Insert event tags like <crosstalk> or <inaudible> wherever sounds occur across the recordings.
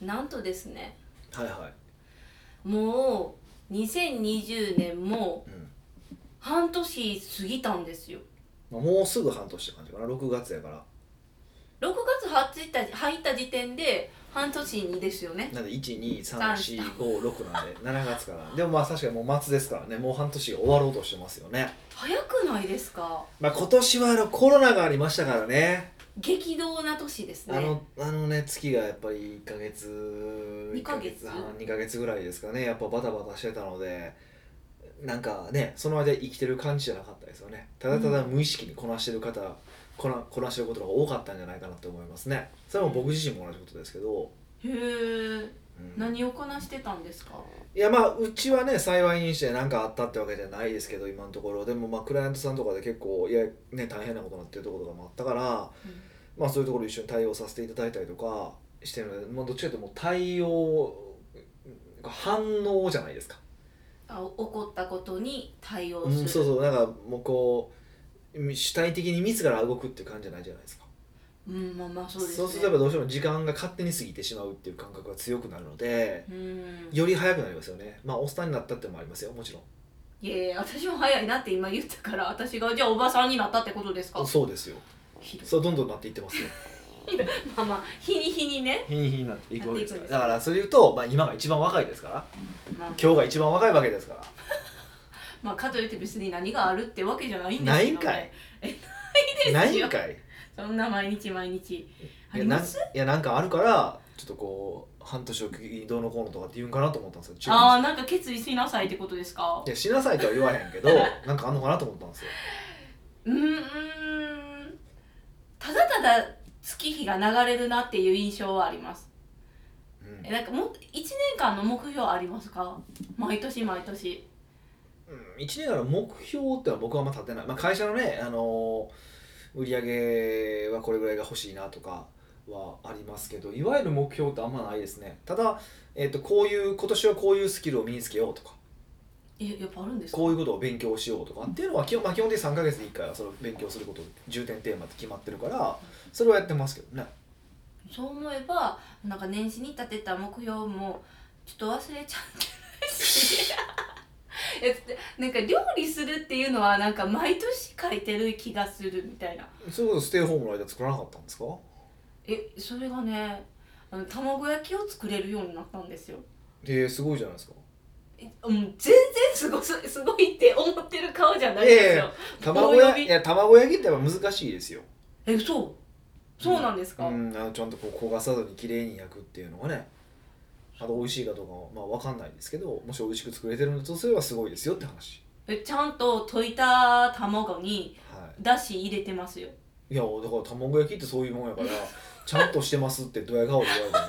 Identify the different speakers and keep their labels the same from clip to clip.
Speaker 1: なんとですね
Speaker 2: はいはい
Speaker 1: もう2020年も
Speaker 2: うん
Speaker 1: 半年過ぎたんですよ
Speaker 2: まあ、もうすぐ半年って感じかな6月やから
Speaker 1: 6月入った入った時点で半年にですよね
Speaker 2: なんで12345なんで7月からでもまあ確かにもう末ですからねもう半年が終わろうとしてますよね
Speaker 1: 早くないですか
Speaker 2: まあ今年はあのコロナがありましたからね
Speaker 1: 激動な年です
Speaker 2: あ
Speaker 1: ね
Speaker 2: のあのね月がやっぱり1ヶ月1
Speaker 1: ヶ月
Speaker 2: 半2ヶ月ぐらいですかねやっぱバタバタしてたのでなんかねその間生きてる感じじゃなかったですよねただただ無意識にこなしてる方、こなこなしてることが多かったんじゃないかなと思いますねそれはもう僕自身も同じことですけど、
Speaker 1: へえ
Speaker 2: うん
Speaker 1: 何をこなしてたんですか
Speaker 2: いやまあうちはね幸いにして何かあったってわけじゃないですけど今のところでもまあクライアントさんとかで結構いやね大変なことになってるところとかもあったからまあそういうところ一緒に対応させていただいたりとかしてるので、まあ、どっちかというともう対応反応じゃないですか、
Speaker 1: あ起こったことに対応
Speaker 2: う
Speaker 1: する、
Speaker 2: ん、そうそうなんかもうこう主体的に自ら動くっていう感じじゃないじゃないですか
Speaker 1: うんまあまあそうですね
Speaker 2: そうするとやっぱどうしても時間が勝手に過ぎてしまうっていう感覚が強くなるので
Speaker 1: うん
Speaker 2: より早くなりますよねまあおっさんになったってのもありますよもちろん
Speaker 1: いやいや私も早いなって今言ったから私がじゃあおばさんになったってことですか
Speaker 2: そうですよ
Speaker 1: ひどい
Speaker 2: そうどんどんなっていって <laughs> ますよ
Speaker 1: まあまあ日に日にね、
Speaker 2: 日に日になっていくわけですから
Speaker 1: なっていくんです
Speaker 2: だからそれ言うと、まあ、今が一番若いですから
Speaker 1: まあ、
Speaker 2: 今日が一番若いわけですから
Speaker 1: まあかといって別に何があるってわけじゃないんですけど
Speaker 2: ないんかい
Speaker 1: えな
Speaker 2: ない
Speaker 1: です
Speaker 2: い
Speaker 1: よ
Speaker 2: んかい
Speaker 1: そんな毎日毎日あ
Speaker 2: いや
Speaker 1: り
Speaker 2: な
Speaker 1: ま
Speaker 2: んい
Speaker 1: す
Speaker 2: やなんかあるからちょっとこう半年を切りどうのこうのとかって言うんかなと思ったんですよ違うんですよ
Speaker 1: ああなんか決意しなさいってことですか
Speaker 2: いやしなさいとは言わへんけどなんかあんのかなと思ったんですよ
Speaker 1: うーんただただ月日が流れるなっていう印象はあります
Speaker 2: うん
Speaker 1: えなんかも1年間の目標ありますか毎年毎年
Speaker 2: うん1年間の目標ってのは僕はあんま立てない、まあ、会社のね、あのー売り上げはこれぐらいが欲しいなとかはありますけどいわゆる目標ってあんまないですねただ、えっとこういう今年はこういうスキルを身につけようとか
Speaker 1: えやっぱあるんですか
Speaker 2: こういうことを勉強しようとかっていうのは基本,、まあ、基本的に3ヶ月に1回はそれを勉強すること重点テーマって決まってるからそれはやってますけどね
Speaker 1: そう思えばなんか年始に立てた目標もちょっと忘れちゃってるし <laughs> えなんか料理するっていうのはなんか毎年書いてる気がするみたいな
Speaker 2: そういうことステイホームの間作らなかったんですか
Speaker 1: えそれがねあの卵焼きを作れるようになったんですよ
Speaker 2: ですごいじゃないですか
Speaker 1: えうん全然すごすすごいって思ってる顔じゃない
Speaker 2: いや
Speaker 1: で
Speaker 2: い
Speaker 1: す
Speaker 2: や
Speaker 1: よ
Speaker 2: 卵や
Speaker 1: 棒読み
Speaker 2: いや卵焼きってやっぱ難しいですよ
Speaker 1: えそうそうなんです
Speaker 2: う
Speaker 1: か、
Speaker 2: ん、あのちゃんとこう焦がさずに綺麗に焼くっていうのがねあと美味しいかどうかはまあ分かんないですけどもし美味しく作れてるんだとすればすごいですよって話
Speaker 1: えちゃんと溶いた卵に
Speaker 2: は
Speaker 1: だし入れてますよ
Speaker 2: いいやだから卵焼きってそういうもん
Speaker 1: <laughs>
Speaker 2: やからちゃんとしてますってドヤ顔で言われても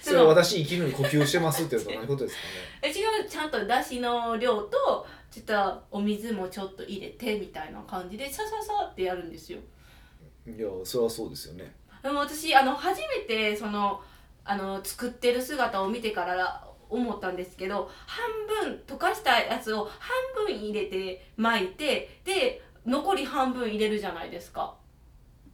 Speaker 2: それは私生きるのに呼吸してますって言うと何ことですかね
Speaker 1: え違うちゃんとだしの量とちょっとお水もちょっと入れてみたいな感じでさささってやるんですよ <laughs>
Speaker 2: いやそれはそうですよね
Speaker 1: でも私あの初めてそのあの作ってる姿を見てから思ったんですけど半分溶かしたやつを半分入れて巻いてで残り半分入れるじゃないですか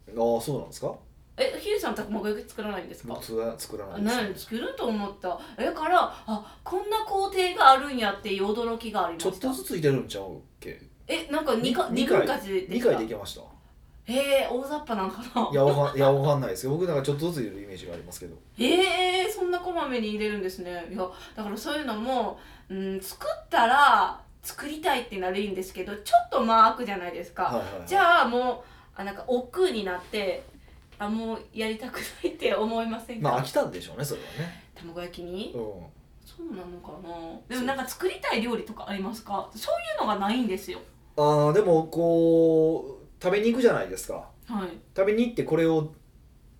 Speaker 2: ああそうなんですか
Speaker 1: えヒルさん卵焼き作らないんですか
Speaker 2: 僕それは作らないです、
Speaker 1: 何作ると思っただからあこんな工程があるんやっていう驚きがありま
Speaker 2: ちょっ
Speaker 1: した
Speaker 2: とずつ入れるんちゃうっけ
Speaker 1: えなんか
Speaker 2: に
Speaker 1: 2か
Speaker 2: 二
Speaker 1: 二
Speaker 2: 回
Speaker 1: 分割でで
Speaker 2: 2
Speaker 1: きた
Speaker 2: 回できました
Speaker 1: えー、大雑把なのかない
Speaker 2: <laughs> やわかんいやわかんないですけど僕なんかちょっとずつ入れるイメージがありますけど
Speaker 1: えー、そんなこまめに入れるんですねいやだからそういうのも、うん、作ったら作りたいってなるんですけどちょっと間空くじゃないですか、
Speaker 2: はいはい、はい、
Speaker 1: じゃあもうあなんか億劫になってあもうやりたくないって思いませんか、
Speaker 2: まあ飽きたんでしょうねそれはね
Speaker 1: 卵焼きに、
Speaker 2: うん
Speaker 1: そうなのかなでもなんか作りたい料理とかありますかそういうのがないんですよ
Speaker 2: あーでもこう食べに行くじゃないですか
Speaker 1: はい
Speaker 2: 食べに行ってこれを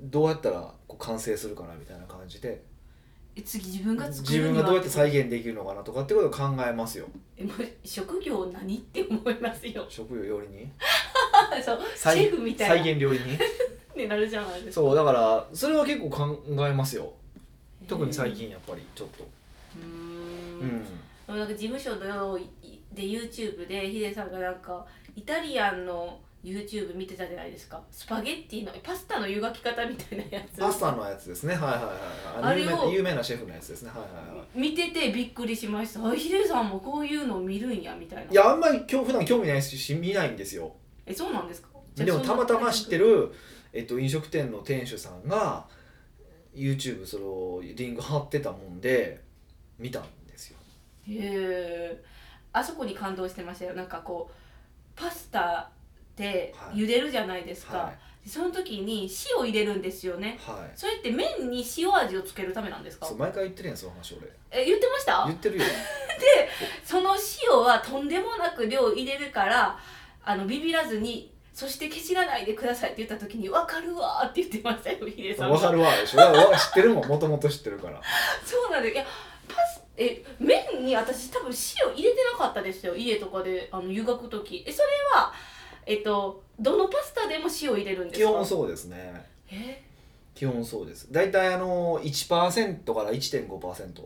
Speaker 2: どうやったらこう完成するかなみたいな感じで
Speaker 1: え次自分が作
Speaker 2: 自
Speaker 1: る
Speaker 2: 分
Speaker 1: には
Speaker 2: がどうやって再現できるのかなとかってことを考えますよ
Speaker 1: えもう職業何って思いますよ
Speaker 2: 職業料理人
Speaker 1: そうシ
Speaker 2: 再
Speaker 1: ェフみたいな
Speaker 2: 再現料理人
Speaker 1: になるじゃないですか
Speaker 2: そうだからそれは結構考えますよ特に最近やっぱりちょっと
Speaker 1: うー
Speaker 2: うんん
Speaker 1: でもなんか事務所ので YouTube でヒデさんがなんかイタリアンの YouTube 見てたじゃないですかスパゲッティのパスタの湯がき方みたいなやつ
Speaker 2: パスタのやつですねはいはいはいはいあの
Speaker 1: あれを
Speaker 2: 有名有名なシェフのやつですねはいはいはい
Speaker 1: 見ててびっくりしましたあヒデさんもこういうの見るんやみたいない
Speaker 2: やあんまり今日普段興味ないし見ないんですよ
Speaker 1: えそうなんですかじゃあ
Speaker 2: でも
Speaker 1: そん
Speaker 2: た
Speaker 1: な
Speaker 2: またま知ってる、えっと、飲食店の店主さんが YouTube それをリンク貼ってたもんで見たんですよ
Speaker 1: へえあそこに感動してましたよなんかこうパスタって
Speaker 2: はい
Speaker 1: 茹でるじゃないですか、
Speaker 2: は
Speaker 1: その時に塩入れるんですよ
Speaker 2: い
Speaker 1: ね
Speaker 2: はい
Speaker 1: それって麺に塩味をつけるためなんですか
Speaker 2: そう毎回言ってるやんその話俺
Speaker 1: え言ってました
Speaker 2: 言っ
Speaker 1: <laughs>
Speaker 2: てるよ
Speaker 1: その塩はとんでもなく量入れるからあのビビらずにそしてケチらないでくださいって言った時に「分かるわ」って言ってましたよヒデさんが
Speaker 2: わかるわでしょわわ知ってるもんもともと知ってるから
Speaker 1: <laughs> そうなんですいやパスえ麺に私多分塩入れてなかったですよ家とかであの湯がく時えそれはえっとどのパスタでも塩入れるんです
Speaker 2: 基
Speaker 1: か
Speaker 2: 本そうですね
Speaker 1: え
Speaker 2: 基本そうです大体あの1%から1.5%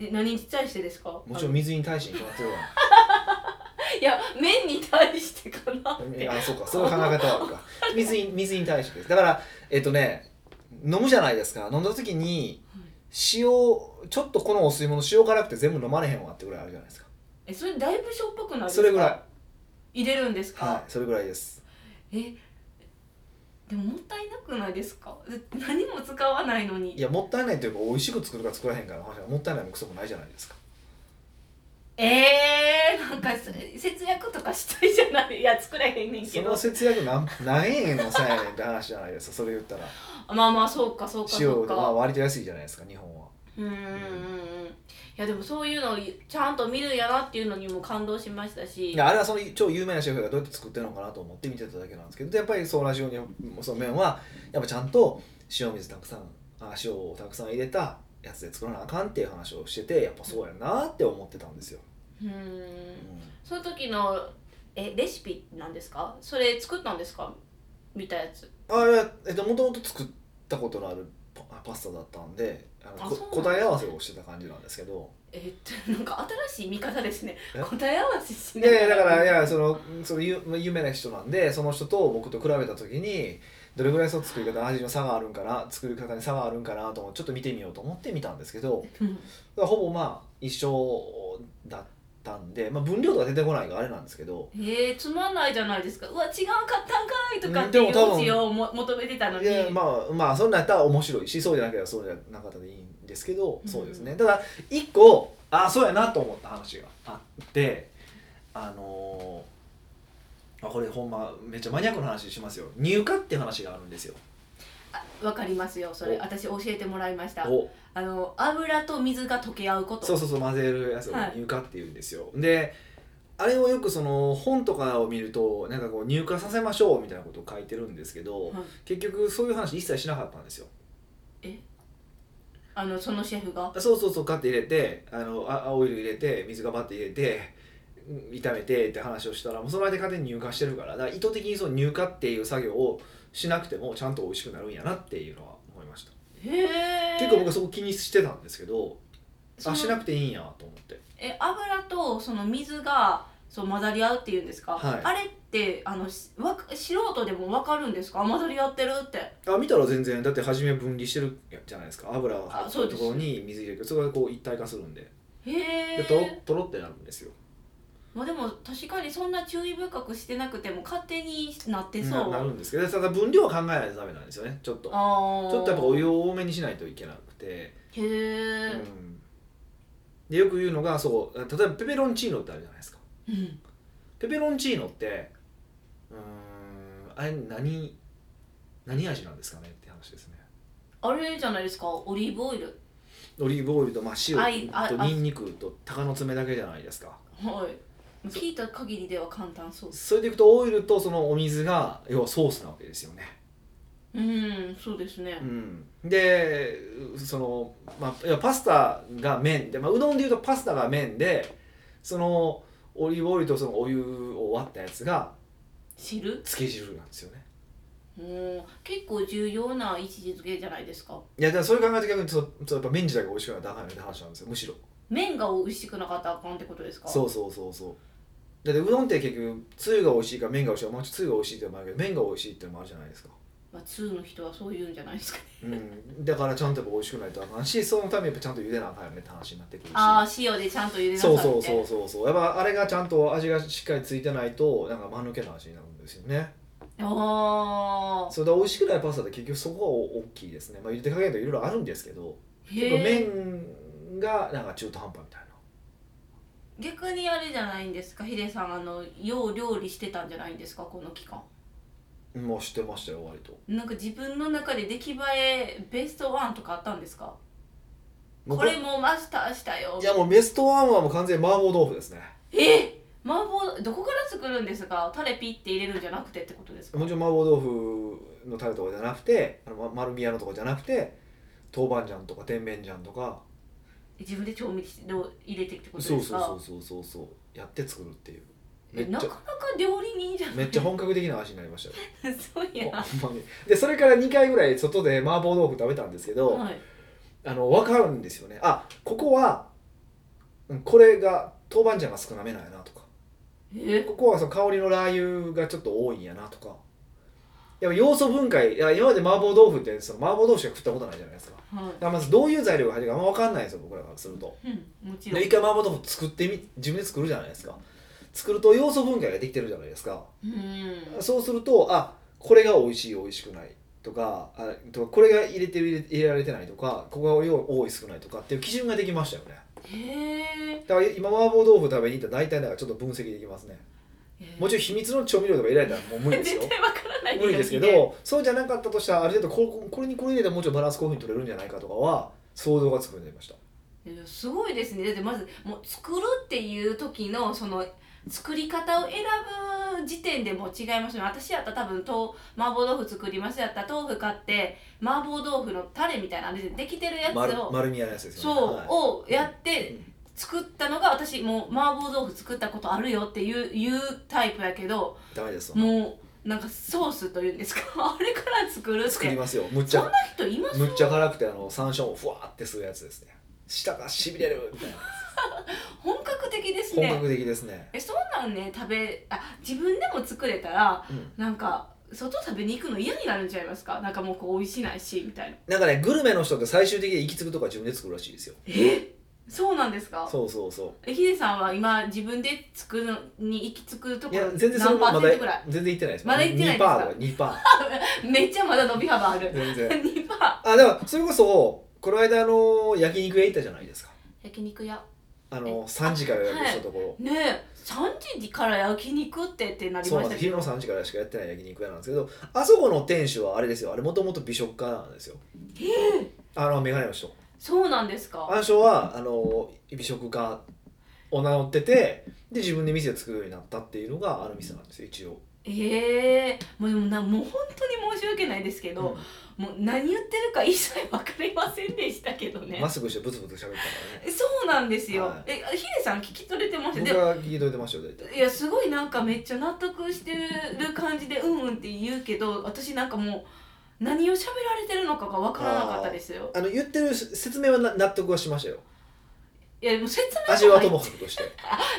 Speaker 1: え何に対してですか
Speaker 2: もちろん
Speaker 1: あの
Speaker 2: 水に対してに決まってるわ
Speaker 1: <laughs> いや麺に対してかなって
Speaker 2: あそうかそういう考え方はあ
Speaker 1: <laughs>
Speaker 2: るか水に水に対してですだからえっとね飲むじゃないですか飲んだ時に
Speaker 1: はい
Speaker 2: 塩ちょっとこのお吸い物塩辛くて全部飲まれへんわってぐらいあるじゃないですか
Speaker 1: えそれだいぶしょっぱくないですか
Speaker 2: それぐら
Speaker 1: 入れるんです
Speaker 2: い
Speaker 1: か、
Speaker 2: はいそれぐらいです
Speaker 1: えでももったいなくないですか <laughs> だって何も使わないの
Speaker 2: い
Speaker 1: に
Speaker 2: やもったいないというか美味しく作るか作らへんかの話はもったいないもクソもないじゃないですか
Speaker 1: えー、なんかせ節約とかしたいじゃないいや作れへんねん
Speaker 2: そ
Speaker 1: け
Speaker 2: の
Speaker 1: ど
Speaker 2: 節約なん何円のさやねんって話じゃないですかそれ言ったら
Speaker 1: まあまあそうかそうかそ
Speaker 2: 塩
Speaker 1: う
Speaker 2: がま
Speaker 1: か
Speaker 2: あ割と安いじゃないですか日本は
Speaker 1: うんうんうんうんいやでもそういうのをちゃんと見るんやなっていうのにも感動しましたし
Speaker 2: いやあれはその超有名なシェフがどうやって作ってるのかなと思って見てただけなんですけどでやっぱりそう同じようにその麺はやっぱちゃんと塩水たくさんあ塩をたくさん入れたやつで作らなあかんっていう話をしててやっぱそうやなって思ってたんですよ、
Speaker 1: うん
Speaker 2: う
Speaker 1: その時のえレシピなんですかそれ作ったんですか見たやつ
Speaker 2: ん、あれはえっともともと作ったことのあるパパスタだったんであの
Speaker 1: あ
Speaker 2: こ
Speaker 1: そうなんですね
Speaker 2: 答え合わせをしてた感じなんですけど
Speaker 1: えっとなんか新しい見方ですね
Speaker 2: え
Speaker 1: 答え合わせし
Speaker 2: い
Speaker 1: なが
Speaker 2: やいやだからいやそのその有有名な人なんでその人と僕と比べた時にどれぐらいその作り方味の差があるんかな作り方に差があるんかなと思ってちょっと見てみようと思って見たんですけど
Speaker 1: うん
Speaker 2: ほぼまあ一緒だったんで、まあ、分量とか出てこないがあれなんですけど
Speaker 1: えー、つまんないじゃないですかうわ違うかったんかいとかって
Speaker 2: うん
Speaker 1: い
Speaker 2: で
Speaker 1: う
Speaker 2: も多分
Speaker 1: オチをも求めてたの
Speaker 2: い
Speaker 1: に
Speaker 2: やまあまあそんなんやったら面白いしそうじゃなければそうじゃなかったでいいんですけど、
Speaker 1: うん
Speaker 2: そうですねただ一個あそうやなと思った話があってあのーあこれほんまめっちゃマニアックな話しますよ入荷っていう話があるんですよ
Speaker 1: あわかりますよそれ
Speaker 2: お
Speaker 1: 私教えてもらいました
Speaker 2: お
Speaker 1: あの油と水が溶け合うこと
Speaker 2: そうそうそう混ぜるやつを
Speaker 1: はい
Speaker 2: 乳化っていうんですよ、であれをよくその本とかを見るとなんかこう乳化させましょうみたいなことを書いてるんですけど、
Speaker 1: はい
Speaker 2: 結局そういう話一切しなかったんですよ
Speaker 1: あのそのシェフが
Speaker 2: そうそうそう買って入れてあのあ青オイル入れて水がバッて入れてうん炒めてって話をしたらもうその間勝手に乳化してるからだから意図的にその乳化っていう作業をしなくてもちゃんと美味しくなるんやなっていうのは思いました、
Speaker 1: へえ
Speaker 2: 結構僕はそこ気にしてたんですけど
Speaker 1: そ
Speaker 2: あ
Speaker 1: の
Speaker 2: しなくていいんやと思って
Speaker 1: え油とその水がそう混ざり合うっていうんですか、
Speaker 2: はい
Speaker 1: あれってあのしわ素人でも分かるんですか混ざり合ってるって
Speaker 2: あ見たら全然だって初め分離してるじゃないですか油が入
Speaker 1: あ
Speaker 2: って
Speaker 1: そう
Speaker 2: る
Speaker 1: で
Speaker 2: と
Speaker 1: す
Speaker 2: ころに水入れるそれがこう一体化するんで
Speaker 1: へ
Speaker 2: でとろ
Speaker 1: え
Speaker 2: とろってなるんですよ
Speaker 1: まあでも確かにそんな注意深くしてなくても勝手になってそ
Speaker 2: な
Speaker 1: う
Speaker 2: なるんですけどただ分量は考えないとダメなんですよねちょっとち
Speaker 1: あー
Speaker 2: ょっとやっぱお湯を多めにしないといけなくて、
Speaker 1: へえ、
Speaker 2: うんでよく言うのがそう例えばペペロンチーノってあるじゃないですか
Speaker 1: うん
Speaker 2: ペペロンチーノってうーんあれ何何味なんですかねって話ですね
Speaker 1: あれじゃないですかオリーブオイル
Speaker 2: オリーブオイルと、まあ、
Speaker 1: あいあ
Speaker 2: 塩と
Speaker 1: あ
Speaker 2: ニンニクと鷹の爪だけじゃないですか
Speaker 1: はい聞いた限りでは簡単そうです
Speaker 2: それでいくとオイルとそのお水が要はソースなわけですよね、
Speaker 1: うんそうですね
Speaker 2: うん、でその、まあ、いやパスタが麺で、まあ、うどんでいうとパスタが麺でそのオリーブオイルとそのお湯を割ったやつが
Speaker 1: 汁
Speaker 2: 漬け汁なんですよね
Speaker 1: もう結構重要な位置づけじゃないですか
Speaker 2: いやだからそういう考えと逆にそそうやっぱ麺自体が美味しくないとあかんよねって話なんですよむしろ
Speaker 1: 麺が美味しくなかったらあかんってことですか
Speaker 2: そうそうそうそうだってうどんって結局つゆが美味しいか麺が美味しいかまあつゆが美味しいってのもあるけど麺が美味しいってのもあるじゃないですか、
Speaker 1: まあ、2の人はそう言うんじゃないですか
Speaker 2: <laughs>
Speaker 1: ね
Speaker 2: うん、だからちゃんとやっぱ美味しくないとあかんしそのためやっぱちゃんと茹でなあかんよねって話になってくるし
Speaker 1: ああ塩でちゃんと茹でなさい
Speaker 2: そ
Speaker 1: っ
Speaker 2: う
Speaker 1: て
Speaker 2: そうそうそうそうやっぱあれがちゃんと味がしっかりついてないとなんか間抜けな味になるんですよね
Speaker 1: ああ
Speaker 2: それで美味しくないパスタって結局そこが大きいですねまあ茹で加減とかいろいろあるんですけど結構
Speaker 1: へえ
Speaker 2: 麺がなんか中途半端みたいな
Speaker 1: 逆にあれじゃないんですかヒデさんあのよう料理してたんじゃないんですかこの期間
Speaker 2: もう知ってましたよ割と
Speaker 1: なんか自分の中で出来栄えベストワンとかあったんですか
Speaker 2: もう
Speaker 1: これもマスターしたよ
Speaker 2: いやもうベストワンはもう完全に麻婆豆腐ですね
Speaker 1: え麻婆どこから作るんですかタレピって入れるんじゃなくてってことですか
Speaker 2: もちろん麻婆豆腐のタレとかじゃなくてあのま丸み屋のとかじゃなくて豆板醤とか甜麺醤とか
Speaker 1: 自分で調味料入れてってこと
Speaker 2: そ
Speaker 1: で
Speaker 2: う
Speaker 1: す
Speaker 2: そう
Speaker 1: か
Speaker 2: そうそうそうそうやって作るっていうめ
Speaker 1: え
Speaker 2: っち
Speaker 1: なかな
Speaker 2: ゃ
Speaker 1: か料理人じゃない
Speaker 2: めっちゃ本格的な味になりましたよ
Speaker 1: そうい <laughs> や
Speaker 2: ほんまにでそれから2回ぐらい外で麻婆豆腐食べたんですけど、
Speaker 1: はい
Speaker 2: あの分かるんですよねあここはうんこれが豆板醤が少なめなんやなとか
Speaker 1: え
Speaker 2: ここはその香りのラー油がちょっと多いんやなとかやっぱ要素分解いや今まで麻婆豆腐ってその麻婆豆腐しか食ったことないじゃないですか
Speaker 1: は
Speaker 2: だからまずどういう材料が入ってるかあんま分かんないんですよ僕らからすると
Speaker 1: いうんもちろん
Speaker 2: で一回麻婆豆腐作ってみ自分で作るじゃないですか作ると要素分解ができてるじゃないですか
Speaker 1: うん
Speaker 2: そうするとあこれが美味しい美味しくないとかあとかこれが入れてる入れ入れられてないとかここが量多い少ないとかっていう基準ができましたよね
Speaker 1: へえ
Speaker 2: だから今麻婆豆腐食べに行ったら大体なんかちょっと分析できますねもちろん秘密の調味料とか入れられたらもう無理ですよ
Speaker 1: <laughs> 絶対わからない
Speaker 2: 無理ですけ
Speaker 1: 料理
Speaker 2: どそうじゃなかったとしたらある程度ここれにこれ入れたらもうちょっとバランスこういうふうに取れるんじゃないかとかは想像がつくようになりました
Speaker 1: いやすごいですねだってまずもう作るっていう時のその作り方を選ぶ時点でもう違いますよね私やったら多分と麻婆豆腐作りますやったら豆腐買って麻婆豆腐のタレみたいなあれでできてるやつ
Speaker 2: 丸
Speaker 1: を
Speaker 2: 丸みやのやつですよね
Speaker 1: そう、
Speaker 2: はい
Speaker 1: をやって
Speaker 2: うん
Speaker 1: 作ったのが私もう麻婆豆腐作ったことあるよっていういうタイプやけど
Speaker 2: ダメですわ
Speaker 1: もうなんかソースというんですか <laughs> あれから作るっ
Speaker 2: 作り
Speaker 1: て
Speaker 2: ますよむっち
Speaker 1: そん
Speaker 2: ゃ
Speaker 1: な人います
Speaker 2: むっちゃ辛くてあの山椒をふわーってするやつですね舌がしびれるみたいな
Speaker 1: 本格的です
Speaker 2: 本
Speaker 1: ね
Speaker 2: 格的ですね
Speaker 1: えそんなんね食べあ自分でも作れたら
Speaker 2: うん
Speaker 1: なんか外食べに行くの嫌になるんちゃいますかなんかもうこう美味しないしみたいな
Speaker 2: なんかねグルメの人って最終的に行き着くとか自分で作るらしいですよ
Speaker 1: えそうなんですか
Speaker 2: そうそうそ
Speaker 1: えヒデさんは今自分で作るのに行き着くと
Speaker 2: う
Speaker 1: こ
Speaker 2: いや
Speaker 1: ろ
Speaker 2: 全然それ
Speaker 1: 何パ
Speaker 2: ま
Speaker 1: ー
Speaker 2: だ
Speaker 1: セントぐらい
Speaker 2: 全然行ってないです
Speaker 1: まだ行ってないですか
Speaker 2: 2%とか
Speaker 1: めっちゃまだ伸び幅あ
Speaker 2: 2% <laughs>
Speaker 1: る <laughs>
Speaker 2: 全然
Speaker 1: 2パ
Speaker 2: あでもそれこそこの間あの焼肉屋行ったじゃないですか
Speaker 1: ー焼肉屋
Speaker 2: あの3時から予約したところ、
Speaker 1: ねえ3時から焼肉ってってなり
Speaker 2: そう
Speaker 1: ま
Speaker 2: なん
Speaker 1: し
Speaker 2: で
Speaker 1: たけ
Speaker 2: す昼
Speaker 1: ど
Speaker 2: の3時からしかやってない焼肉屋なんですけどあそこの店主はあれですよあれもともと美食家なんですよあの眼鏡の人
Speaker 1: そうなんですか
Speaker 2: あの人はあの美食家を名乗っててで自分で店を作るようになったっていうのがあの店なんですよ一応、
Speaker 1: ええもうでもなもう本当に申し訳ないですけど、もう何言ってるか一切分かりませんでしたけどね
Speaker 2: マスクしてブツブツ喋ってた
Speaker 1: そうなんですよ、
Speaker 2: は
Speaker 1: え
Speaker 2: い
Speaker 1: ヒデさん聞き取れてました
Speaker 2: からね
Speaker 1: で
Speaker 2: 僕
Speaker 1: も
Speaker 2: は聞いといてましたよ大体
Speaker 1: いやすごいなんかめっちゃ納得してる感じでうんうんって言うけど私なんかもう何を喋られてるのかが分からなかったですよ
Speaker 2: あの言ってる説明はな納得はしましたよ
Speaker 1: いやもう説明が
Speaker 2: 味はともかくと
Speaker 1: <laughs>
Speaker 2: して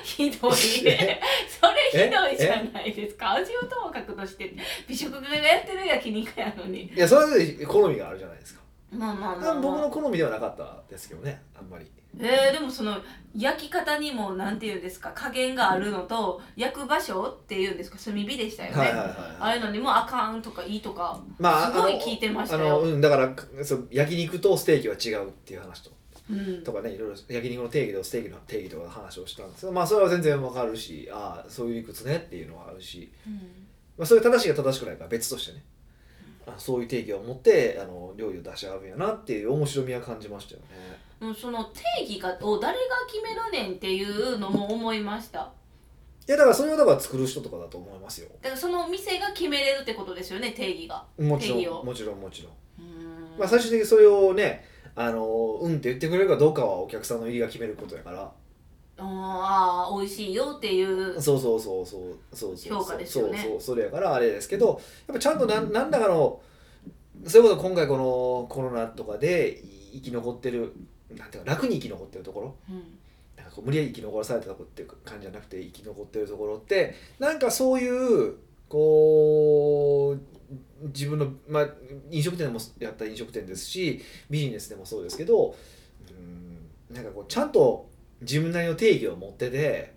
Speaker 1: ひどいそれひどいじゃないですか味をともかくとして美食家がやってる焼肉やのに
Speaker 2: いやそれぞれ好みがあるじゃないですか
Speaker 1: まあまあま
Speaker 2: 多
Speaker 1: あ、
Speaker 2: 分僕
Speaker 1: ま
Speaker 2: の
Speaker 1: あ、
Speaker 2: 好みではなかったですけどねあんまり
Speaker 1: えーでもその焼き方にもなんていうんですか加減があるのと焼く場所っていうんですか炭火でしたよね、
Speaker 2: はいはいはい
Speaker 1: ああいうのにもあかんとかいいとか
Speaker 2: ま
Speaker 1: す
Speaker 2: あ、
Speaker 1: ごい
Speaker 2: あの
Speaker 1: 聞いてました
Speaker 2: あ
Speaker 1: よ
Speaker 2: の、うん、だからそう焼肉とステーキは違うっていう話と
Speaker 1: うん
Speaker 2: とかねいろいろ焼肉の定義とステーキの定義とかの話をしたんですけどまあそれは全然わかるしああそういう理屈ねっていうのはあるし、
Speaker 1: うん
Speaker 2: まあ、それ正しいが正しくないかは別としてねあそういう定義を持ってあの料理を出し合うんやなっていう面白みは感じましたよね
Speaker 1: うん、その定義がを誰が決めるねんっていうのも思いました
Speaker 2: いやだからそれはだから作る人とかだと思いますよ
Speaker 1: だからその店が決めれるってことですよね定義が
Speaker 2: もち
Speaker 1: 定義
Speaker 2: ろ
Speaker 1: を
Speaker 2: んもちろんもちろん、
Speaker 1: うん
Speaker 2: まあ、最終的にそれをねあのうんって言ってくれるかどうかはお客さんの入りが決めることやから
Speaker 1: ああ美味しいよっていう
Speaker 2: そうそうそうそうそうそう
Speaker 1: 評価ですよね
Speaker 2: そうそうそれやからあれですけどやっぱちゃんとなんなんだかのそれこそ今回このコロナとかでい生き残ってるなんていうか楽に生き残ってるところ
Speaker 1: うん
Speaker 2: なんかこう無理やり生き残らされたとこっていう感じじゃなくて生き残ってるところってなんかそういうこう自分の、まあ、飲食店でもやった飲食店ですしビジネスでもそうですけどうんなんかこうちゃんと自分なりの定義を持ってて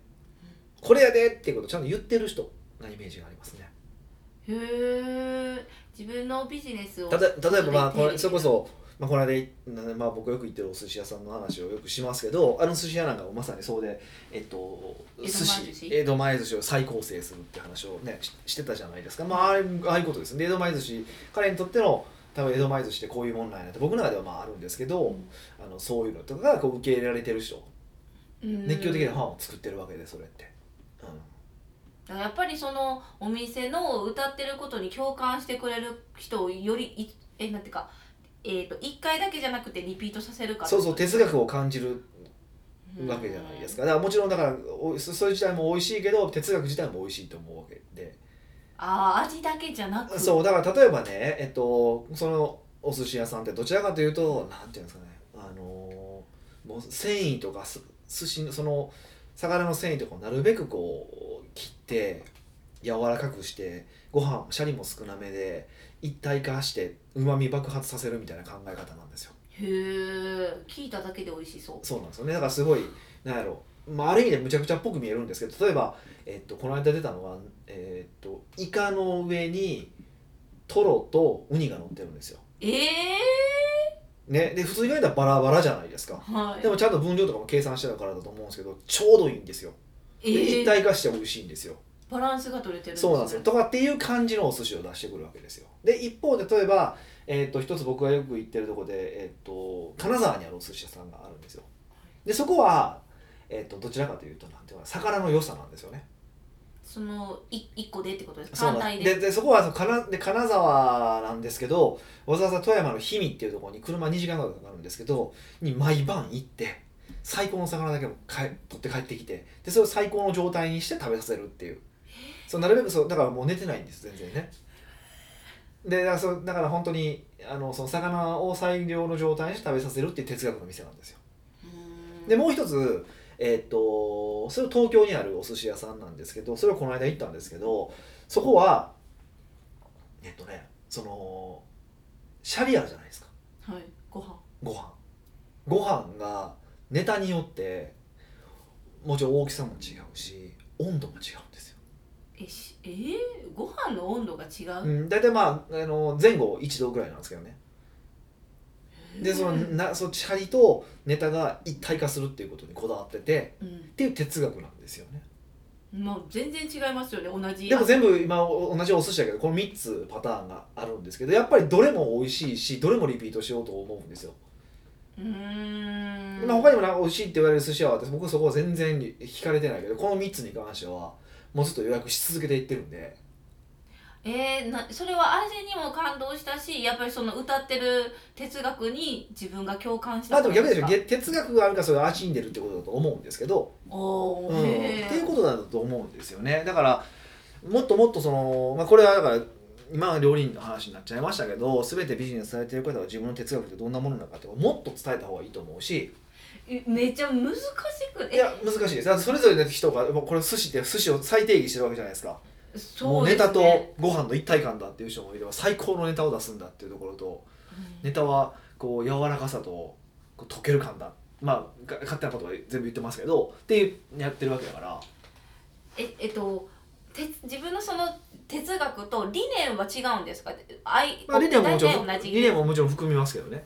Speaker 2: これやでっていうことをちゃんと言ってる人なイメージがありますね。
Speaker 1: へえ自分のビジネスを
Speaker 2: たと例えばまあこれ
Speaker 1: 定義
Speaker 2: それこそ、まあ、この間なまあ、僕よく行ってるお寿司屋さんの話をよくしますけどあの寿司屋なんかもまさにそうで、えっと、
Speaker 1: 江戸前
Speaker 2: 寿
Speaker 1: 寿
Speaker 2: 司
Speaker 1: 司
Speaker 2: 江戸前寿司を再構成するって話をねししてたじゃないですか、まあ、あれああいうことですね江戸前寿司彼にとっての多分江戸前寿司ってこういうもんなんやなって僕の中ではまああるんですけど、
Speaker 1: うん
Speaker 2: あのそういうのとかがこう受け入れられてる人
Speaker 1: うん
Speaker 2: 熱狂的なファンを作ってるわけでそれって。うん
Speaker 1: やっぱりそのお店の歌ってることに共感してくれる人をよりいえなんていうか、えー、と1回だけじゃなくてリピートさせるから
Speaker 2: そうそう哲学を感じるわけじゃないです
Speaker 1: か
Speaker 2: かだからもちろんだからおそそれ自体も美味しいけど哲学自体も美味しいと思うわけで
Speaker 1: ああ味だけじゃなく
Speaker 2: そうだから例えばねえっとそのお寿司屋さんってどちらかというとなんていうんですかねあのーもう繊維とかす寿司のその魚の繊維とかをなるべくこう切って柔らかくしてご飯シャリも少なめで一体化してうまみ爆発させるみたいな考え方なんですよ
Speaker 1: へえ聞いただけで美味しそう
Speaker 2: そうなんですよねだからすごいなんやろまあ、ある意味でむちゃくちゃっぽく見えるんですけど例えば、えっと、この間出たのは、えっとイカの上にトロとウニが乗ってるんですよ、
Speaker 1: ええ
Speaker 2: ね、で普通に考えたらバラバラじゃないですか
Speaker 1: ー、はい
Speaker 2: でもちゃんと分量とかも計算してたからだと思うんですけどちょうどいいんですよ
Speaker 1: え
Speaker 2: で一
Speaker 1: ー、
Speaker 2: 体化して美味しいんですよ
Speaker 1: バランスが取れてる
Speaker 2: そうなんですよとかっていう感じのお寿司を出してくるわけですよで一方で例えば、えっと一つ僕がよく行ってるとこで、えっと金沢にあるお寿司屋さんがあるんですよでそこは、えっとどちらかというとなんていうかな魚の良さなんですよね
Speaker 1: そのい1個でってことですか
Speaker 2: そ
Speaker 1: 単
Speaker 2: うなん
Speaker 1: 体
Speaker 2: で
Speaker 1: です
Speaker 2: でそこはその金で金沢なんですけどわざわざ富山の氷見っていうところに車2時間ぐらいかかるんですけどに毎晩行って最高の魚だけをかえ取って帰ってきてでそれを最高の状態にして食べさせるっていうそうなるべくそうだからもう寝てないんです全然ねでだからそうだから本当にあのその魚を最良の状態にして食べさせるっていう哲学の店なんですよ
Speaker 1: うーん
Speaker 2: でもう一つ、えーっとそれは東京にあるお寿司屋さんなんですけどそれはこの間行ったんですけどそこはえっとねそのシャリあるじゃないですか
Speaker 1: はいご飯
Speaker 2: ご飯ご飯がネタによってもちろん大きさも違うし温度も違うんですよ、
Speaker 1: えしえー、ご飯の温度が違
Speaker 2: う
Speaker 1: う、
Speaker 2: ん、大体まああの前後1度ぐらいなんですけどねでそ
Speaker 1: う
Speaker 2: の
Speaker 1: ん
Speaker 2: なそのシャリとネタが一体化するっていうことにこだわってて
Speaker 1: うん
Speaker 2: っていう哲学なんですよね
Speaker 1: もう全然違いますよね同じ
Speaker 2: でも全部今お同じお寿司だけどこの3つパターンがあるんですけどやっぱりどれも美味しいしどれもリピートしようと思うんですよ、
Speaker 1: うーん
Speaker 2: まあ、他にもなんか美味しいって言われる寿司屋は私僕そこは全然惹かれてないけどこの3つに関してはもうずっと予約し続けていってるんで
Speaker 1: えー、なそれは味にも感動したしやっぱりその歌ってる哲学に自分が共感した
Speaker 2: まあでも逆でしょ
Speaker 1: ゲ
Speaker 2: げ哲学があるからそれが味に出るってことだと思うんですけど、
Speaker 1: お
Speaker 2: うん、
Speaker 1: ー
Speaker 2: っ
Speaker 1: へー
Speaker 2: ていうことだと思うんですよねだからもっともっとその、まあ、これはだから今は料理人の話になっちゃいましたけど全てビジネスされてる方は自分の哲学ってどんなものなのかってことをもっと伝えた方がいいと思うし
Speaker 1: えめっちゃ難しく
Speaker 2: いや難しいですだってそれぞれの人がもうこれ寿司って寿司を再定義してるわけじゃないですか
Speaker 1: え
Speaker 2: も
Speaker 1: そううで
Speaker 2: ネ
Speaker 1: すね
Speaker 2: タとご飯の一体感だっていう人もいれば最高のネタを出すんだっていうところと
Speaker 1: うん
Speaker 2: ネタはこう柔らかさとこう溶ける感だまあが勝手なことは全部言ってますけどっていうやってるわけだから
Speaker 1: ええっとて自分のその哲学と理念は違うんですかあい、
Speaker 2: まあ理念ももちろ
Speaker 1: 大
Speaker 2: ん
Speaker 1: 体同じ
Speaker 2: 理念ももちろん含みますけどね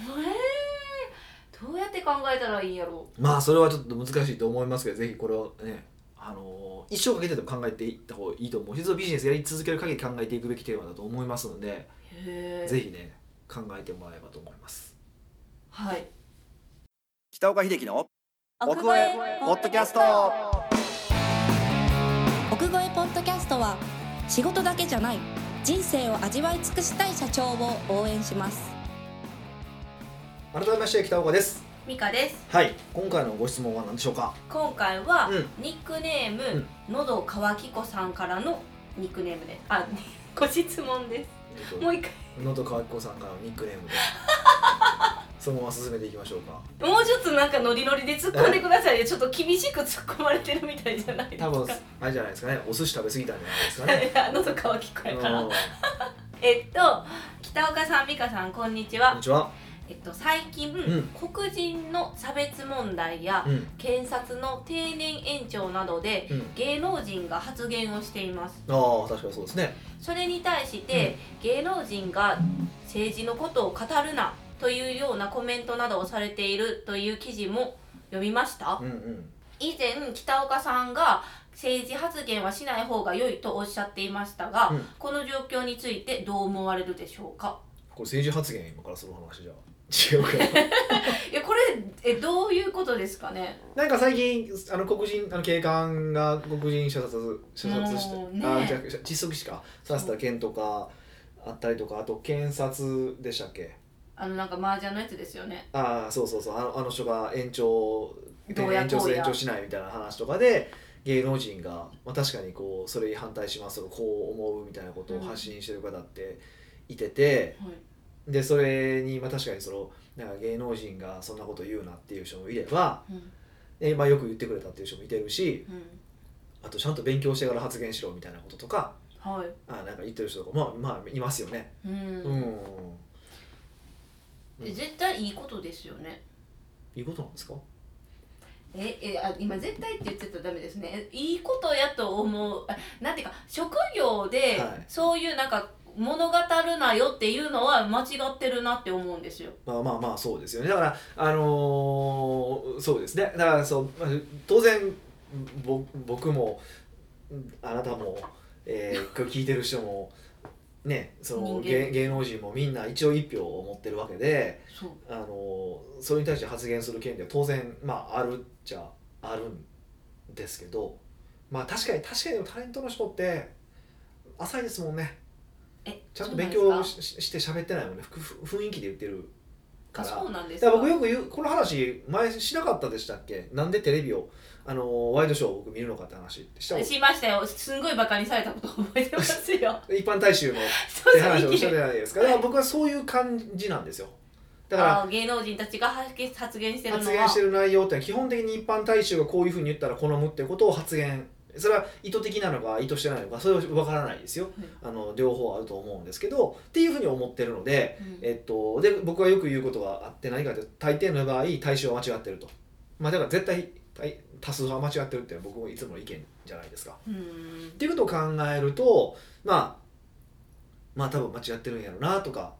Speaker 1: えー、どうやって考えたらいいんやろ
Speaker 2: まあそれはちょっと難しいと思いますけどぜひこれをねあのー一生かけてでも考えていった方がいいと思う一度ビジネスやり続ける限り考えていくべきテーマだと思いますので
Speaker 1: うへ
Speaker 2: ぜ
Speaker 1: え
Speaker 2: ひね考えてもらえればと思います
Speaker 1: はい
Speaker 2: 北岡秀樹の奥越えポッドキャスト
Speaker 3: 奥越えポッドキャストは仕事だけじゃない人生を味わい尽くしたい社長を応援します
Speaker 2: 改めまして北岡です
Speaker 1: ミカです
Speaker 2: はい今回のご質問は何でしょうか
Speaker 1: 今回は、
Speaker 2: う
Speaker 1: ニックネーム、のどかわきこさんからのニックネームです
Speaker 2: <laughs>
Speaker 1: あご質問ですもう一回 <laughs>
Speaker 2: 野戸川紀子さんからのニックネームでそのまま進めていきましょうか
Speaker 1: もうちょっとなんかノリノリで突っ込んでくださいねちょっと厳しく突っ込まれてるみたいじゃないです
Speaker 2: 多分
Speaker 1: か
Speaker 2: あれじゃないですかねお寿司食べ過ぎたんじゃないですか
Speaker 1: <laughs>
Speaker 2: ね
Speaker 1: 喉乾きこやから
Speaker 2: うん
Speaker 1: えっと北岡さん美香さんこんにち
Speaker 2: こん
Speaker 1: は
Speaker 2: に
Speaker 1: <laughs>
Speaker 2: ちは、
Speaker 1: えっと最近、
Speaker 2: ん
Speaker 1: 黒人の差別問題や
Speaker 2: うん
Speaker 1: 検察の定年延長などで
Speaker 2: うん、
Speaker 1: 芸能人が発言をしています
Speaker 2: ああ確かにそうですね
Speaker 1: それに対して、芸能人が政治のことを語るなというようなコメントなどをされているという記事も読みました、
Speaker 2: うんうん
Speaker 1: 以前北岡さんが政治発言はしない方が良いとおっしゃっていましたが、
Speaker 2: うん
Speaker 1: この状況についてどう思われるでしょうか
Speaker 2: これ政治発言今からする話じゃあ違
Speaker 1: <laughs>
Speaker 2: うか
Speaker 1: いやこれえどういうことですかね
Speaker 2: なんか最近あの黒人あの警官が黒人射殺射殺して、
Speaker 1: もうね
Speaker 2: あじゃあ窒息死かさせた件とかあったりとかあと検察でしたっけ
Speaker 1: あのなんか麻雀のやつですよね
Speaker 2: ああそうそうそうあのあの人が延長
Speaker 1: どうや
Speaker 2: 延長
Speaker 1: こ
Speaker 2: す
Speaker 1: う
Speaker 2: る
Speaker 1: や
Speaker 2: 延長しないみたいな話とかで芸能人が、まあ、確かにこうそれに反対しますとかこう思うみたいなことを発信してる方っていてて、
Speaker 1: はい
Speaker 2: でそれに、まあ、確かにそのなんか芸能人がそんなこと言うなっていう人もいれば、
Speaker 1: うん
Speaker 2: えまあ、よく言ってくれたっていう人もいてるし
Speaker 1: うん
Speaker 2: あとちゃんと勉強してから発言しろみたいなこととか
Speaker 1: はい
Speaker 2: あなんか言ってる人とか、まあ、まあいますよね。
Speaker 1: うん、
Speaker 2: うん、
Speaker 1: え絶対いいことですよね
Speaker 2: いうことなんですか
Speaker 1: ええあ今絶対って言ってたらダメですねえいいことやと思うあなんていうか職業で
Speaker 2: はい
Speaker 1: そういうなんか物語るなよっていうのは間違ってるなって思うんですよ
Speaker 2: まあまあまあそうですよねだからあのーそうですねだからそうまあ当然ぼ僕もうんあなたも、えー、これ聞いてる人もねその
Speaker 1: 人間
Speaker 2: 芸芸能人もみんな一応一票を持ってるわけで、
Speaker 1: そう
Speaker 2: あのーそれに対して発言する権利は当然、まあ、あるっちゃあるんですけどまあ確かに確かにでもタレントの人って浅いですもんね
Speaker 1: え
Speaker 2: ちゃん
Speaker 1: そ
Speaker 2: と
Speaker 1: うな
Speaker 2: 勉
Speaker 1: です
Speaker 2: 強
Speaker 1: か
Speaker 2: ししして喋ってないもんねふふ雰囲気で言ってるか
Speaker 1: あ
Speaker 2: ら。
Speaker 1: そうなんです
Speaker 2: だ
Speaker 1: か
Speaker 2: から僕よく言うこの話前しなかったでしたっけなんでテレビをあのーワイドショーを僕見るのかって話ってしたこ
Speaker 1: しましたよすんごいバカにされたこと覚えてます
Speaker 2: <laughs>
Speaker 1: よ
Speaker 2: と一般大衆のっ
Speaker 1: <laughs> そう
Speaker 2: て
Speaker 1: そう
Speaker 2: 話を
Speaker 1: い
Speaker 2: した
Speaker 1: き
Speaker 2: じゃないですかだから僕はそういう感じなんですよだから
Speaker 1: あ芸能人たちが発言発言してるのは
Speaker 2: 発言してる内容ってのは基本的に一般大衆がこういうふうに言ったら好むってことを発言それは意図的なのか意図してないのかそれは分からないですよ、あの両方あると思うんですけどっていうふうに思ってるので、
Speaker 1: うん
Speaker 2: えっと、で僕はよく言うことがあって何かというと大抵の場合対象は間違ってると、まあ、だから絶対大多数派は間違ってるっていうのは僕もいつもの意見じゃないですか。
Speaker 1: う
Speaker 2: っ
Speaker 1: ん
Speaker 2: ていうことを考えるとまあまあ多分間違ってるんやろうなとか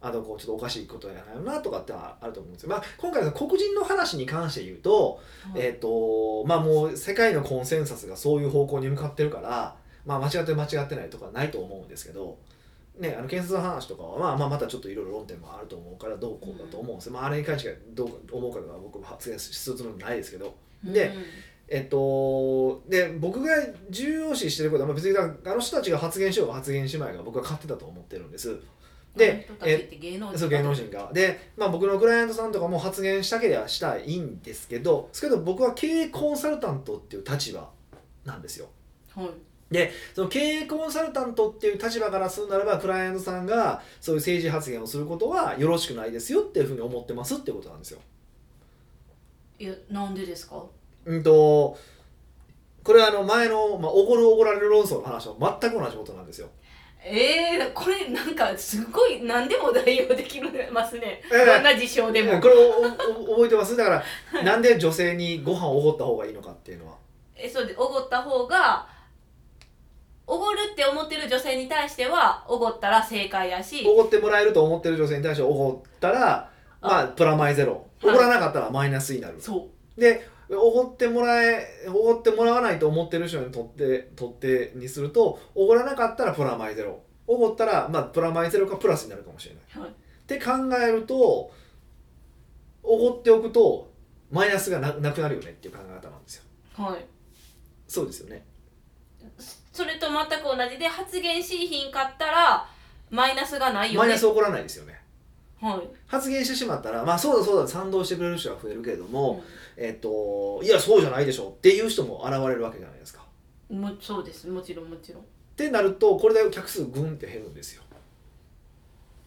Speaker 2: あとこうちょっとおかしいことやろうなとかってあると思うんですよ、まあ、今回の黒人の話に関して言うと、えっ、とまあもう世界のコンセンサスがそういう方向に向かってるから、まあ、間違ってる間違ってないとかないと思うんですけど。ね、あの検察の話とかは、まあ、まあまたちょっといろいろ論点もあると思うからどうこうだと思うんですよ、まあ、あれに関してはどう思うかとか僕は発言するつもりないですけどでえっと、で僕が重要視してることはまあ別にだからあの人たちが発言しようが発言しまいが僕は勝手だと思ってるんです。で
Speaker 1: 人たちっ
Speaker 2: え
Speaker 1: て芸能人
Speaker 2: そう芸能人が。で、まあ、僕のクライアントさんとかも発言したければしたいんですけどですけど僕は経営コンサルタントっていう立場なんですよ。
Speaker 1: はい
Speaker 2: その経営コンサルタントっていう立場からするならばクライアントさんがそういう政治発言をすることはよろしくないですよっていうふうに思ってますっていうことなんですよ。
Speaker 1: いやなんでですか
Speaker 2: うんとこれはあの前の、まあ、おごるおごられる論争の話と全く同じことなんですよ。
Speaker 1: えー、これなんかすごい何でも代用できますね、
Speaker 2: ええ
Speaker 1: どんな事象でも、
Speaker 2: うんこれおお <laughs> 覚えてますだからなんで女性にご飯をおごった方がいいのかっていうのは
Speaker 1: えそうでおごった方がおごるって思ってる女性に対してはおごったら正解やし
Speaker 2: おごってもらえると思ってる女性に対しておごったらまあプラマイゼロお
Speaker 1: はい
Speaker 2: ごらなかったらマイナスになる、
Speaker 1: そ、
Speaker 2: でおごってもらえおごってもらわないと思ってる人にとってとってにするとおごらなかったらプラマイゼロおごったらまあプラマイゼロかプラスになるかもしれないう
Speaker 1: はい、
Speaker 2: って考えるとおごっておくとマイナスがななくなるよねっていう考え方なんですよ
Speaker 1: はい、
Speaker 2: そうですよね
Speaker 1: それと全く同じで発言しいひんかったらマイナスがないよ
Speaker 2: マイ
Speaker 1: ね
Speaker 2: ナス起こらないですよね
Speaker 1: はい
Speaker 2: 発言してしまったら、まあ、そうだそうだ賛同してくれる人が増えるけれども、
Speaker 1: う
Speaker 2: えっと、いやそうじゃないでしょっていう人も現れるわけじゃないですか。
Speaker 1: んもそうですもちろんもちろん
Speaker 2: ってなるとこれで客数グンって減るんですよ。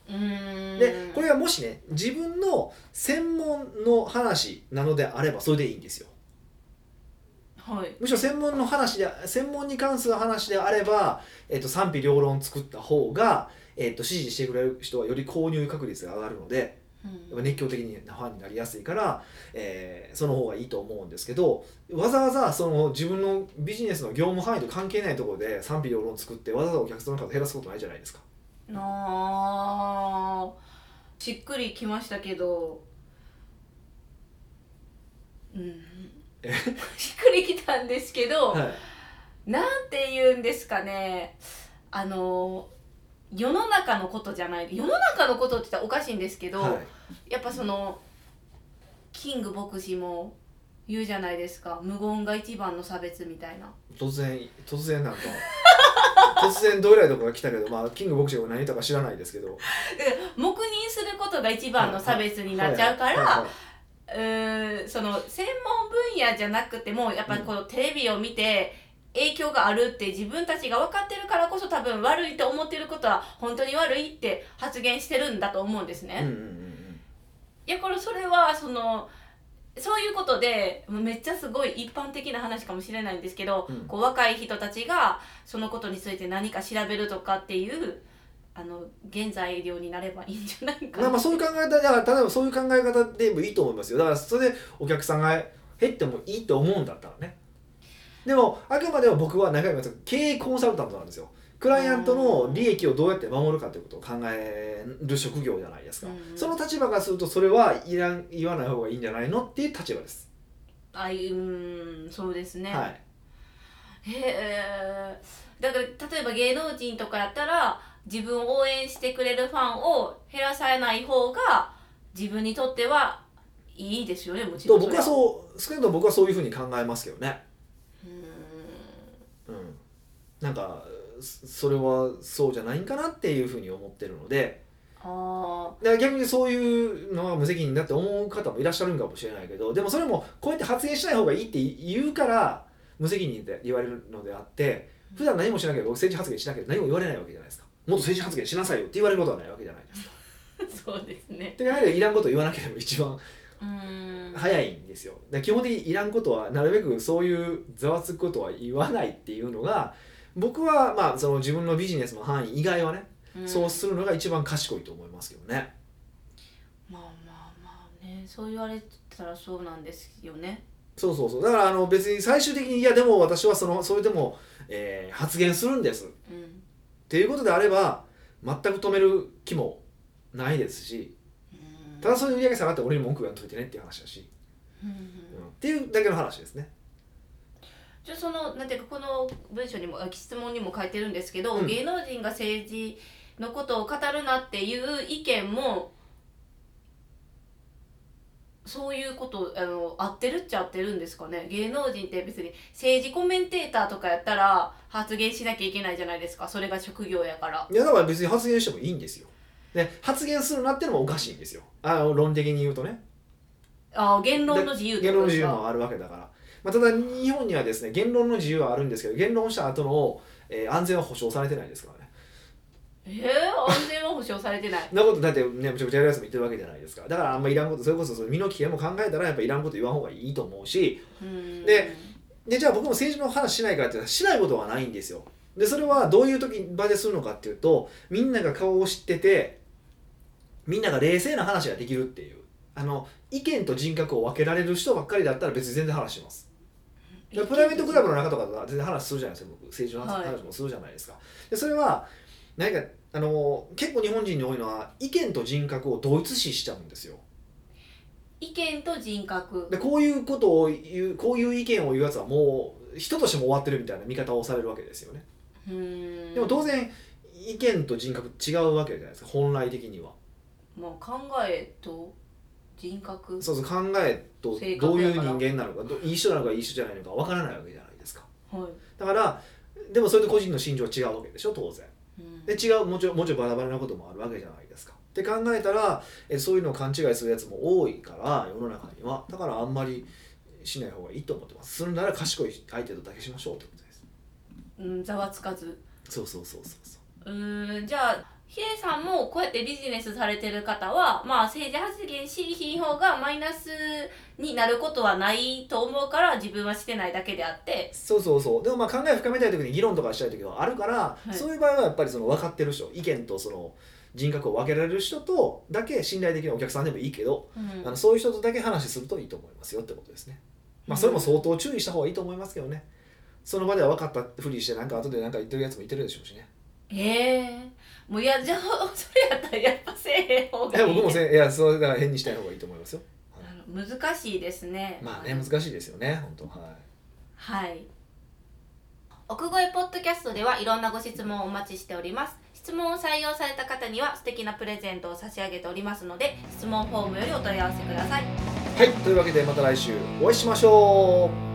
Speaker 1: うーん
Speaker 2: でこれはもしね自分の専門の話なのであればそれでいいんですよ
Speaker 1: はい
Speaker 2: むしろ専門の話で専門に関する話であれば、えっと賛否両論作った方が、えっと支持してくれる人はより購入確率が上がるのでやっぱ熱狂的なファンになりやすいから、えーその方がいいと思うんですけどわざわざその自分のビジネスの業務範囲と関係ないところで賛否両論作ってわざわざお客さんの数減らすことないじゃないですか。
Speaker 1: あーしっくりきましたけどうん
Speaker 2: え
Speaker 1: <laughs> しっくりきたんですけど、
Speaker 2: はい
Speaker 1: なんて言うんですかねあの世の中のことじゃない世の中のことって言ったらおかしいんですけど、
Speaker 2: はい
Speaker 1: やっぱそのキング牧師も言うじゃないですか無言が一番の差別みたいな
Speaker 2: 突然突然なんか <laughs> 突然どえらいとこが来たけど、まあ、キングボクシングが何言ったか知らないですけど
Speaker 1: だから黙認することが一番の差別になっちゃうか
Speaker 2: はい
Speaker 1: ら
Speaker 2: は
Speaker 1: うーんその専門分野じゃなくてもやっぱりこのテレビを見て影響があるって自分たちが分かってるからこそ多分悪いと思ってることは本当に悪いって発言してるんだと思うんですね。
Speaker 2: いはいうんうんうん
Speaker 1: いやこれそれはそのそういうことでもうめっちゃすごい一般的な話かもしれないんですけど、
Speaker 2: うん
Speaker 1: こう若い人たちがそのことについて何か調べるとかっていうあの原材料になればいいんじゃないか
Speaker 2: まあまあそういう考え方だから例えばそういう考え方でもいいと思いますよだからそれでお客さんが減ってもいいと思うんだったらねでもあくまでも僕は中山さん経営コンサルタントなんですよクライアントの利益をどうやって守るかということを考える職業じゃないですか、
Speaker 1: うん
Speaker 2: その立場からするとそれはいらん言わない方がいいんじゃないのっていう立場です、
Speaker 1: あいうーんそうですね、
Speaker 2: はい
Speaker 1: へえだから例えば芸能人とかやったら自分を応援してくれるファンを減らされない方が自分にとってはいいですよねもちろ
Speaker 2: と
Speaker 1: ん
Speaker 2: 僕は
Speaker 1: う
Speaker 2: そう少なくとも僕はそういうふうに考えますけどね、
Speaker 1: うーん
Speaker 2: うん、なんかそそれはそうじゃないんかなっていうふうに思ってるので、
Speaker 1: あ
Speaker 2: だから逆にそういうのは無責任だって思う方もいらっしゃるんかもしれないけどでもそれもこうやって発言しない方がいいって言うから無責任って言われるのであって普段何もしなければ僕政治発言しなければ何も言われないわけじゃないですかもっと政治発言しなさいよって言われることはないわけじゃないですか
Speaker 1: あ <laughs> そうですね
Speaker 2: でやはりいらんことを言わなければ一番
Speaker 1: うーん
Speaker 2: 早いんですよで基本的にいらんことはなるべくそういうざわつくことは言わないっていうのが僕はまあその自分のビジネスの範囲以外はね
Speaker 1: ん
Speaker 2: そうするのが一番賢いと思いますけどね
Speaker 1: まあまあまあねそう言われたらそうなんですよね
Speaker 2: そうそうそうだからあの別に最終的にいやでも私はそのそれでも、えー発言するんですっ
Speaker 1: うん
Speaker 2: ていうことであれば全く止める気もないですし
Speaker 1: うん
Speaker 2: ただそれで売り上げ下がって俺に文句言わんといてねっていう話だし、
Speaker 1: うんう
Speaker 2: うん
Speaker 1: ん
Speaker 2: っていうだけの話ですね
Speaker 1: じゃあそのなんていうかこの文章にもあ質問にも書いてるんですけど、
Speaker 2: うん
Speaker 1: 芸能人が政治のことを語るなっていう意見もそういうことあの合ってるっちゃ合ってるんですかね芸能人って別に政治コメンテーターとかやったら発言しなきゃいけないじゃないですかそれが職業やから。
Speaker 2: いやだから別に発言してもいいんですよで発言するなってのもおかしいんですよあの論的に言うとね
Speaker 1: あー言論の自由って
Speaker 2: 言
Speaker 1: こ
Speaker 2: 論
Speaker 1: と
Speaker 2: の
Speaker 1: です
Speaker 2: 自由
Speaker 1: か
Speaker 2: もあるわけだから、まあ、ただ日本にはですね言論の自由はあるんですけど言論した後の、えー安全は保障されてないですからね
Speaker 1: えー、安全は保障されてない
Speaker 2: そんなことだってねむちゃくちゃやるやつも言ってるわけじゃないですかだからあんまいらんことそれこそその身の危険も考えたらやっぱいらんこと言わん方がいいと思うし
Speaker 1: うん
Speaker 2: <laughs> ででじゃあ僕も政治の話しないかって言ったらしないことはないんですよでそれはどういう時場でするのかっていうとみんなが顔を知っててみんなが冷静な話ができるっていうあの意見と人格を分けられる人ばっかりだったら別に全然話しますでプライベートクラブの中とかとは全然話するじゃないですか僕政治の話,、
Speaker 1: はい
Speaker 2: 話もするじゃないですかでそれは何かあの結構日本人に多いのは意見と人格を同一視しちゃうんですよ
Speaker 1: 意見と人格
Speaker 2: でこういうことを言うこういう意見を言うやつはもう人としても終わってるみたいな見方をされるわけですよね
Speaker 1: うん
Speaker 2: でも当然意見と人格違うわけじゃないですか本来的には
Speaker 1: まあ、考えと人格
Speaker 2: そうそう考えと
Speaker 1: 性
Speaker 2: どう
Speaker 1: 格
Speaker 2: い
Speaker 1: や
Speaker 2: う
Speaker 1: から
Speaker 2: 人間なのかどいい人なのかいい人じゃないのかわからないわけじゃないですか
Speaker 1: は
Speaker 2: だからでもそれで個人の心情は違うわけでしょ当然
Speaker 1: い、うん
Speaker 2: で違うもちろんもちろんバラバラなこともあるわけじゃないですか。って考えたらえそういうのを勘違いするやつも多いから世の中にはだからあんまりしない方がいいと思ってます。するなら賢い相手とだけしましょうってことです。
Speaker 1: うんざわつかず
Speaker 2: そうそうそうそうそ
Speaker 1: う
Speaker 2: う。
Speaker 1: ーんじゃあヒデさんもこうやってビジネスされてる方は、まあ、政治発言しひん方がマイナスになることはないと思うから自分はしてないだけであって
Speaker 2: そうそうそうでもまあ考え深めたい時に議論とかしたい時はあるから、
Speaker 1: い
Speaker 2: そういう場合はやっぱりその分かってる人意見とその人格を分けられる人とだけ信頼できるお客さんでもいいけど、
Speaker 1: うん
Speaker 2: あのそういう人とだけ話するといいと思いますよってことですね。まあ、それも相当注意した方がいいと思いますけどね。その場では分かったふりしてなんか後でなんか言ってるやつもいてるでしょうしね。
Speaker 1: ええもういやじゃあ <laughs> それやったらやっぱせえへん方
Speaker 2: い
Speaker 1: がい
Speaker 2: や
Speaker 1: いね、
Speaker 2: 僕もせいやそれだから変にしたい方がいいと思いますよ。
Speaker 1: あの難しいですね
Speaker 2: まあね難しいですよね本当は
Speaker 1: はい。奥越えポッドキャストではいろんなご質問をお待ちしております。質問を採用された方には素敵なプレゼントを差し上げておりますので、質問フォームよりお問い合わせください。
Speaker 2: い。はいというわけでまた来週お会いしましょう。